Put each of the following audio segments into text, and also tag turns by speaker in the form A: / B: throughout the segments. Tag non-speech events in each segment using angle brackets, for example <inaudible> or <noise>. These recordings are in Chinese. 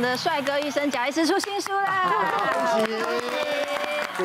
A: 的帅哥医生贾医师出新书啦！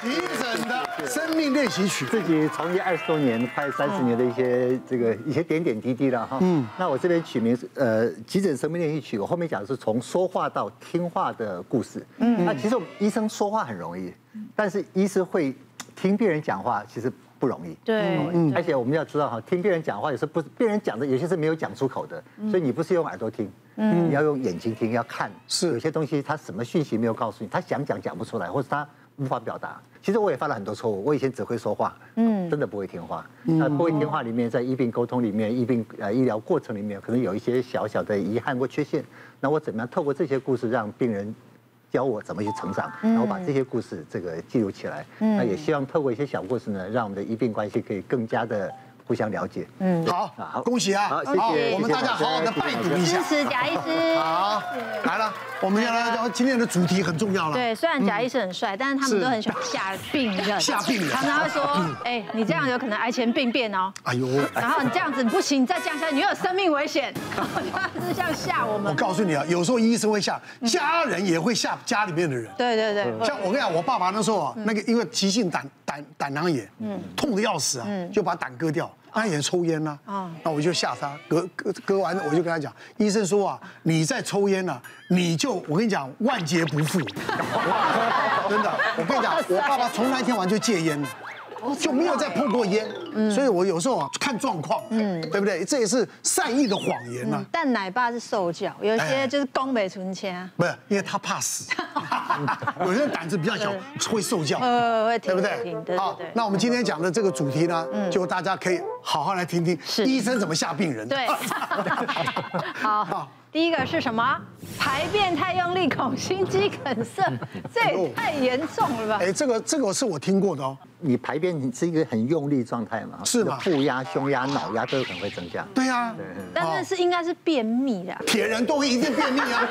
B: 急诊的生命练习曲，
C: 自己从业二十多年，快三十年的一些这个一些点点滴滴了哈。嗯，那我这边取名是呃《急诊生命练习曲》，我后面讲的是从说话到听话的故事。嗯，那其实我们医生说话很容易，但是医师会听病人讲话，其实不容易。
A: 对，
C: 而且我们要知道哈，听病人讲话有时候不是病人讲的，有些是没有讲出口的，所以你不是用耳朵听，你要用眼睛听，要看。
B: 是
C: 有些东西他什么讯息没有告诉你，他想讲讲不出来，或者他无法表达。其实我也犯了很多错误，我以前只会说话，嗯，真的不会听话。那不会听话里面，在医病沟通里面、医病呃医疗过程里面，可能有一些小小的遗憾或缺陷。那我怎么样透过这些故事让病人教我怎么去成长，然后把这些故事这个记录起来。那也希望透过一些小故事呢，让我们的医病关系可以更加的互相了解。嗯，
B: 好
C: 好，
B: 恭喜啊！
C: 好谢谢
B: 我们大家好好的拜读一下
A: 支。持贾医师。
B: 好，来了，我们要来聊今天的主题很重要了。
A: 对，虽然贾医师很帅，但是他们
B: 是
A: 都很喜欢吓病人。
B: 吓病人
A: 常常会说：“哎，你这样有可能癌前病变哦。
B: 哎呦，”
A: 然后你这样子不行，你再这样下去，你又有生命危险。他是这样吓我
B: 我
A: 们。
B: 告诉你啊，有时候医生会吓，家人也会吓家里面的人。
A: 对对对，
B: 像我跟你讲，我爸爸那时候啊，那个因为急性胆胆胆囊炎，痛的要死啊，就把胆割掉。他也抽烟啦，
A: 哦
B: 那我就吓他，割割割完我就跟他讲，医生说啊，你再抽烟啊，你就我跟你讲万劫不复。 <laughs> 真的，我跟你讲，我爸爸从那一天完就戒烟了。
A: 哦
B: 就没有再碰过烟，所以我有时候啊看状况，嗯，对不对？这也是善意的谎言啊呐、
A: 但奶爸是受教，有些就是宫北存钱啊，
B: 不是，因为他怕死， <laughs> 有些人胆子比较小，会受教，
A: 呃，会
B: 对
A: 听
B: 不
A: 听，对
B: 对？
A: 对
B: 好
A: 对，。嗯
B: 那我们今天讲的这个主题呢，就大家可以好好来听听
A: 是
B: 医生怎么吓病人。 <laughs>
A: 对，好，第一个是什么？排便太用力，恐心肌梗塞，这也太严重了吧？
B: 哎，这个这个是我听过的哦。
C: 你排便你是一个很用力状态嘛，
B: 是吗
C: 腹压、胸压、脑压都有可能会增加。
B: 对呀、啊，哦
A: 但是是应该是便秘啦，
B: 铁人都会一定便秘
D: <laughs>
B: 啊。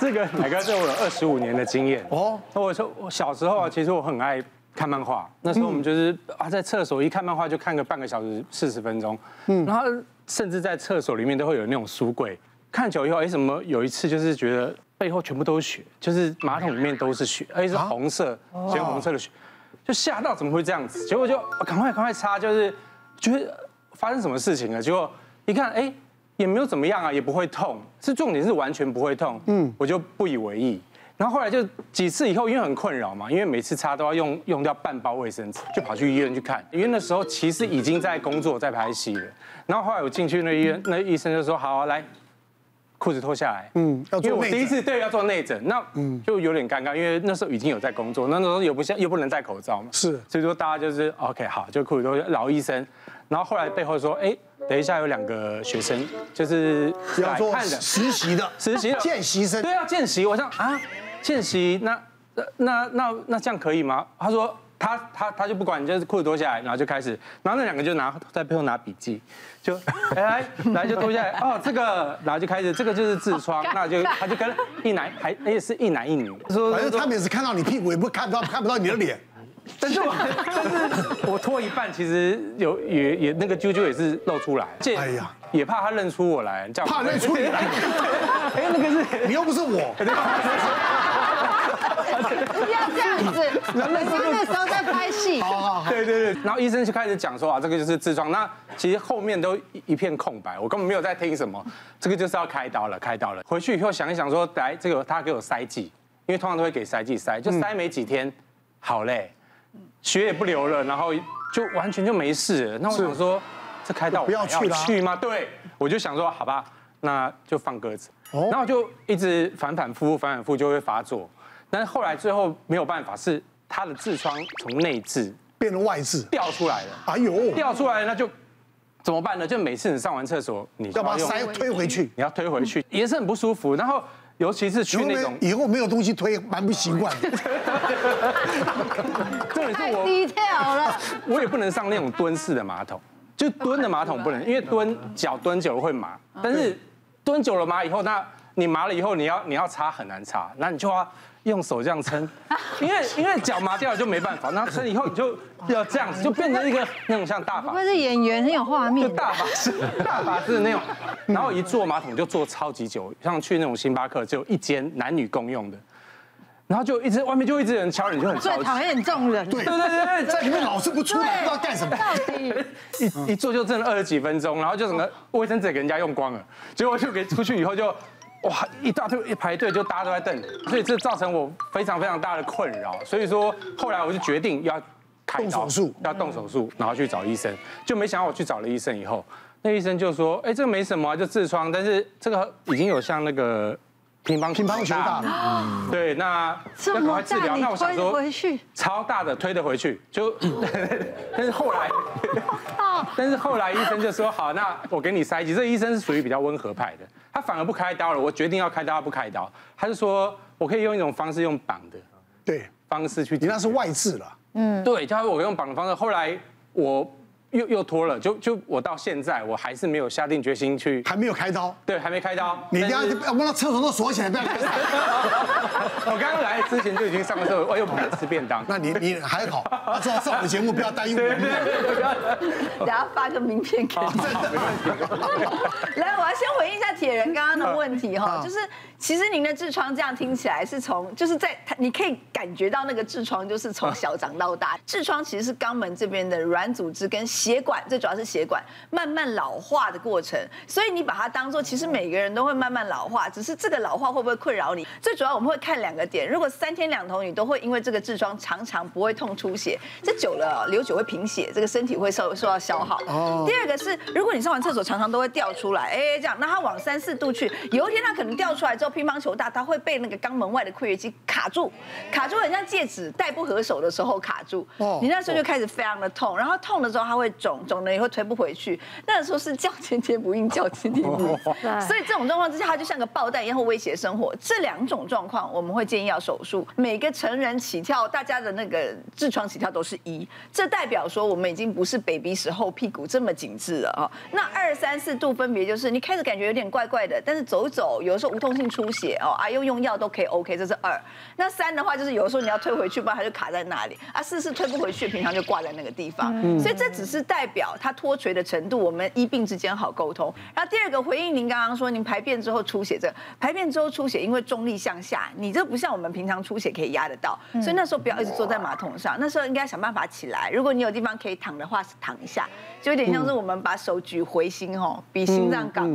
D: 这个奶哥是我有二十五年的经验
B: 哦
D: 哦。嗯那我说我小时候啊，其实我很爱看漫画。那时候我们就是啊，在厕所一看漫画就看个半个小时、四十分钟。嗯，然后甚至在厕所里面都会有那种书柜，看久以后，哎，怎么有一次就是觉得背后全部都是血，就是马桶里面都是血，哎而且是红色，全红色的血，就吓到怎么会这样子？结果就啊赶快赶快擦，就是觉得发生什么事情了？结果一看，哎。也没有怎么样啊，也不会痛，是重点是完全不会痛，嗯，我就不以为意。然后后来就几次以后，因为很困扰嘛，因为每次擦都要用用掉半包卫生纸，就跑去医院去看。因为那时候其实已经在工作，在拍戏了。然后后来我进去那医院，那医生就说：“好、啊，来，裤子脱下来。”嗯，
B: 要做
D: 因为我
B: 内诊
D: 第一次对要做内诊，那就有点尴尬，因为那时候已经有在工作，那那时候又不像又不能戴口罩嘛，
B: 是
D: 所以说大家就是 OK 好，就裤子脱下老医生。然后后来背后说：“哎，等一下有两个学生，就是
B: 比方
D: 来
B: 说
D: 看的。”
B: 实习的，
D: 实习的
B: 见习生
D: 对啊，见习，我想啊，见习那那那那那这样可以吗？他说他他他就不管，你就是裤子脱下来，然后就开始，然后那两个就拿在背后拿笔记，就哎来来就脱下来，哦这个，然后就开始这个就是痔疮，那就他就跟一男还也是一男一女，说
B: 反正
D: 说
B: 他每次看到你屁股，也不看不到看不到你的脸。
D: 但是
B: <laughs>
D: 我但是我脱一半，其实有也也那个啾啾也是露出来，
B: 哎
D: 哎
B: 呀
D: 呀也怕他认出我来，这样
B: 怕认出你来
D: <laughs> 哎那个是。
B: 你又不是我，
A: 不要这样子。我是那时候在拍戏，
D: 对对对，然后医生就开始讲说啊，这个就是痔疮。那其实后面都一一片空白，我根本没有在听什么。这个就是要开刀了，开刀了。回去以后想一想说，来这个他给我塞剂，因为通常都会给塞剂塞，
B: 嗯
D: 就塞没几天，好嘞，血也不流了，然后就完全就没事了。那我想说，这开刀我
B: 不要
D: 还
B: 去了啊
D: 去吗？对，我就想说，好吧，那就放鸽子。
B: 哦
D: 然后就一直反反复复，反反复复就会发作。但是后来最后没有办法，是他的痔疮从内痔
B: 变成外痔。
D: 掉出来了，
B: 哎呦，
D: 掉出来那就怎么办呢？就每次你上完厕所，你就
B: 要把
D: 用
B: 塞推回去。嗯
D: 你要推回去，也是很不舒服。然后尤其是
B: 以
D: 去
B: 后
D: 那
B: 没
D: 种，
B: 以后没有东西推，蛮不习
D: <laughs>
B: 惯的。
D: 重点
A: 太
D: 是我
A: detail 了。
D: 我也不能上那种蹲式的马桶，就蹲的马桶不能，因为蹲脚蹲久了会麻，
B: 嗯
D: 但是蹲久了麻以后，那你麻了以后，你要你要擦很难擦，那你就要用手这样撑，因为因为脚麻掉了就没办法，那撑以后你就要这样子，就变成一个那种像大
A: 不
D: 法
A: 会是演员很有画
D: 就
A: 面的？
D: 大法
A: <laughs>
D: 师，大法师的那种。然后一坐马桶就坐超级久，像去那种星巴克只有一间男女共用的，然后就一直外面就一直有人敲你，就很着
A: 最
D: 急。
A: 讨厌这种人。
B: 对
D: 对对对
A: <laughs>
D: 对，
B: 在里面老是不出来，不知道干什么。
A: 到底
B: 嗯
D: 一一坐就挣了二十几分钟，然后就整个卫生纸给人家用光了，结果就给出去以后就，哇，一大堆一排队就大家都在瞪，所以这造成我非常非常大的困扰。所以说后来我就决定要开刀
B: 动手术嗯
D: 要动手术，然后去找医生，就没想到我去找了医生以后，那医生就说，哎，这个没什么、啊，就痔疮，但是这个已经有像那个乒乓
B: 乒乓球大嗯
D: 了。对，那要
A: 这
D: 赶
A: 么
D: 快治
A: 大，
D: 疗。
A: 你
D: 那我想
A: 推
D: 说，
A: 回去
D: 超大的推得回去，就，但是后来，但是后来医生就说好，那我给你塞一剂。这个医生是属于比较温和派的，他反而不开刀了。我决定要开刀，他不开刀，他就说我可以用一种方式，用绑的
B: 对，
D: 方式去解决。
B: 你那是外痔了，
D: 对，他说我用绑的方式。后来我又又拖了，就就我到现在我还是没有下定决心去，
B: 还没有开刀。
D: 对，还没开刀。
B: 你等
D: 但
B: 下
D: 是
B: 要不然厕所都锁起来，不要开
E: <laughs>
B: 刀。
D: 我刚刚来之前就已经上过厕所，我又不敢吃便当。
B: 那你你还好，他知道啊上我们节目不要答应我们。
E: 等下发个名片给你。 <laughs> 来，我要先回应一下铁人刚刚的问题哈，就是其实您的痔疮这样听起来是从，就是在它你可以感觉到那个痔疮就是从小长到大。痔疮其实是肛门这边的软组织跟血管，最主要是血管慢慢老化的过程，所以你把它当做其实每个人都会慢慢老化，只是这个老化会不会困扰你？最主要我们会看两个点，如果三天两头你都会因为这个痔疮常常不会痛出血，这久了流久会贫血，这个身体会受受到消耗。
B: 哦
E: 第二个是，如果你上完厕所常常都会掉出来，哎，这样，那它往三四度去，有一天它可能掉出来之后，乒乓球大，它会被那个肛门外的括约肌卡住，卡住很像戒指戴不合手的时候卡住。
B: 哦
E: 哦，你那时候就开始非常的痛，然后痛的时候它会肿，肿了也会推不回去。那个时候是叫天天不应， <laughs> 叫天天不应。所以这种状况之下，它就像个爆弹一样会威胁生活。这两种状况，我们会建议要手术。每个成人起跳，大家的那个痔疮起跳都是一，这代表说我们已经不是 baby 时候屁股这么紧致了啊、那二三四度分别就是你开始感觉有点怪怪的，但是走一走，有的时候无痛性出血哦，啊用用药都可以 OK，这是二。那三的话就是有的时候你要推回去，不然它就卡在那里啊，四是推不回去，平常就挂在那个地方。所以这只是代表它脱垂的程度，我们医病之间好沟通。然后第二个回应您刚刚说，您排便之后出血这个，排便之后出血，因为重力向下，你这不像我们平常出血可以压得到，所以那时候不要一直坐在马桶上，那时候应该想办法起来。如果你有地方可以躺的话，躺一下，就有点像是我们把手举回心吼，比心脏高。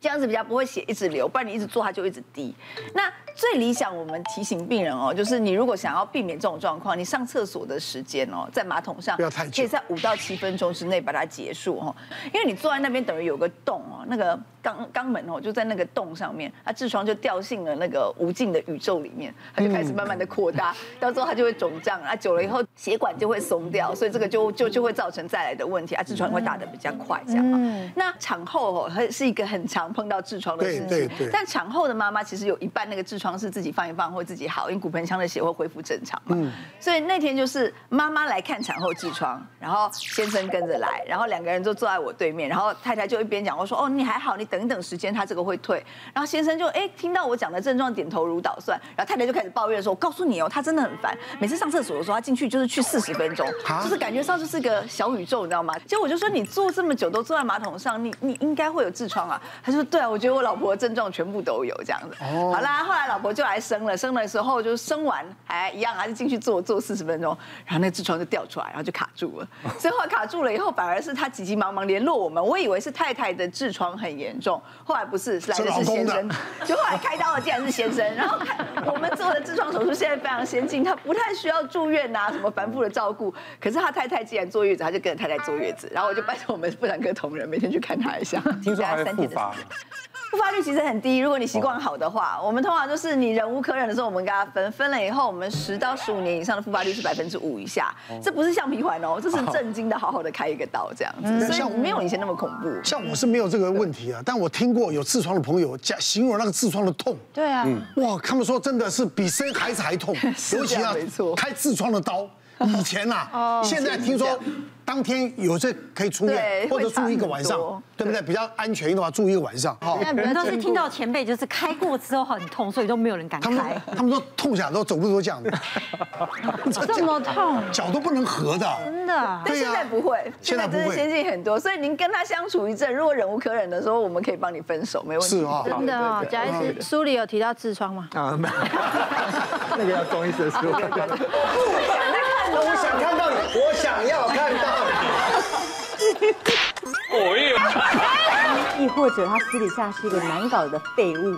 E: 这样子比较不会血一直流，不然你一直做它就一直滴。那最理想，我们提醒病人哦，就是你如果想要避免这种状况，你上厕所的时间哦，在马桶上
B: 不要太久
E: 可以在五到七分钟之内把它结束哦，因为你坐在那边等于有个洞哦，那个肛肛门哦就在那个洞上面，啊痔疮就掉进了那个无尽的宇宙里面，它就开始慢慢的扩
B: 嗯
E: 大， <laughs> 到时候它就会肿胀，啊久了以后血管就会松掉，所以这个就就就会造成再来的问题，啊痔疮会打得比较快这样
B: 嗯
E: 哦。那产后哦还是一个很常碰到痔疮的事情，
B: 对对对
E: 但产后的妈妈其实有一半那个痔疮是自己放一放会自己好，因为骨盆腔的血会恢复正常嘛。所以那天就是妈妈来看产后痔疮，然后先生跟着来，然后两个人就坐在我对面，然后太太就一边讲我说哦你还好，你等一等时间，它这个会退。然后先生就哎听到我讲的症状点头如捣蒜，然后太太就开始抱怨说，我告诉你哦，他真的很烦，每次上厕所的时候他进去就是去四十分钟，
B: 啊
E: 就是感觉上就是个小宇宙，你知道吗？结果我就说你坐这么久都坐在马桶上，你你应该会有痔疮啊。他说对啊，我觉得我老婆的症状全部都有这样子。好啦，后来老婆就来生了，生的时候就生完还一样，还是进去坐坐四十分钟，然后那个痔疮就掉出来，然后就卡住了。最后来卡住了以后，反而是他急急忙忙联络我们，我以为是太太的痔疮很严重，后来不是，来的是先
B: 是老公
E: 生
B: 的。
E: <laughs> 就后来开刀的竟然是先生，然后看我们做的痔疮手术现在非常先进，他不太需要住院呐、什么繁复的照顾。可是他太太既然坐月子，他就跟着太太坐月
D: <laughs>
E: 子，然后我就拜托我们妇产科同仁每天去看他一下，
D: 听说还
E: 大
D: 会
E: 概三
D: 复
E: 天的时
D: 发
E: 间。复发率其实很低，如果你习惯好的话，我们通常就是你忍无可忍的时候，我们跟他分，分了以后，我们十到十五年以上的复发率是百分之五以下，这不是橡皮环哦，这是正经的好好的开一个刀这样
D: 嗯
E: 子，所
B: 像
E: 以没有以前那么恐怖。
B: 像我是没有这个问题啊，但我听过有痔疮的朋友讲形容那个痔疮的痛，
A: 对啊，
B: 哇，他们说真的是比生孩子还痛，
E: 嗯 <laughs> 是
B: 尤其
E: 这样
B: 要
E: 没错 <laughs> 哦
B: 开痔疮的刀，以前呐、啊，现在听说当天有这可以出院
E: 对
B: 或者
E: 会差
B: 住一个晚
E: 很多
B: 上，对不对？比较安全的话，住一个晚上哦哈。
F: 但你们都是听到前辈就是开过之后很痛，所以都没有人敢
B: 他们
F: 开。
B: 他们都痛起来，都走路都这样
E: <laughs>
B: 的，
A: 这么痛，
B: 脚都不能合的。
F: 真的，
E: 但
B: 对啊
E: 现在不会，
B: 现在不会
E: 真的先进很多，所以您跟他相处一阵，如果忍无可忍的时候，我们可以帮你分手，没问题。
B: 是啊
A: 真的哦。贾医师书里有提到痔疮吗？
C: 啊，没有那个要中医师的思路。
B: 我想看到你，我想要看到你。
D: 어, 예.
G: 亦或者他私底下是一个难搞的废物。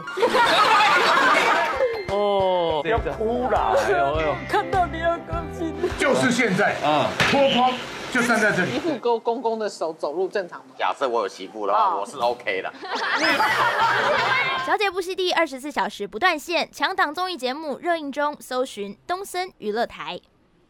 H: 就是现在，啊，脱光就站在这里。
I: 一副勾公公的手走路正常吗？
J: 假设我有媳妇的话，我是 OK 的。
K: 小姐不息地二十四小时不断线，强档综艺节目热映中，搜寻东森娱乐台。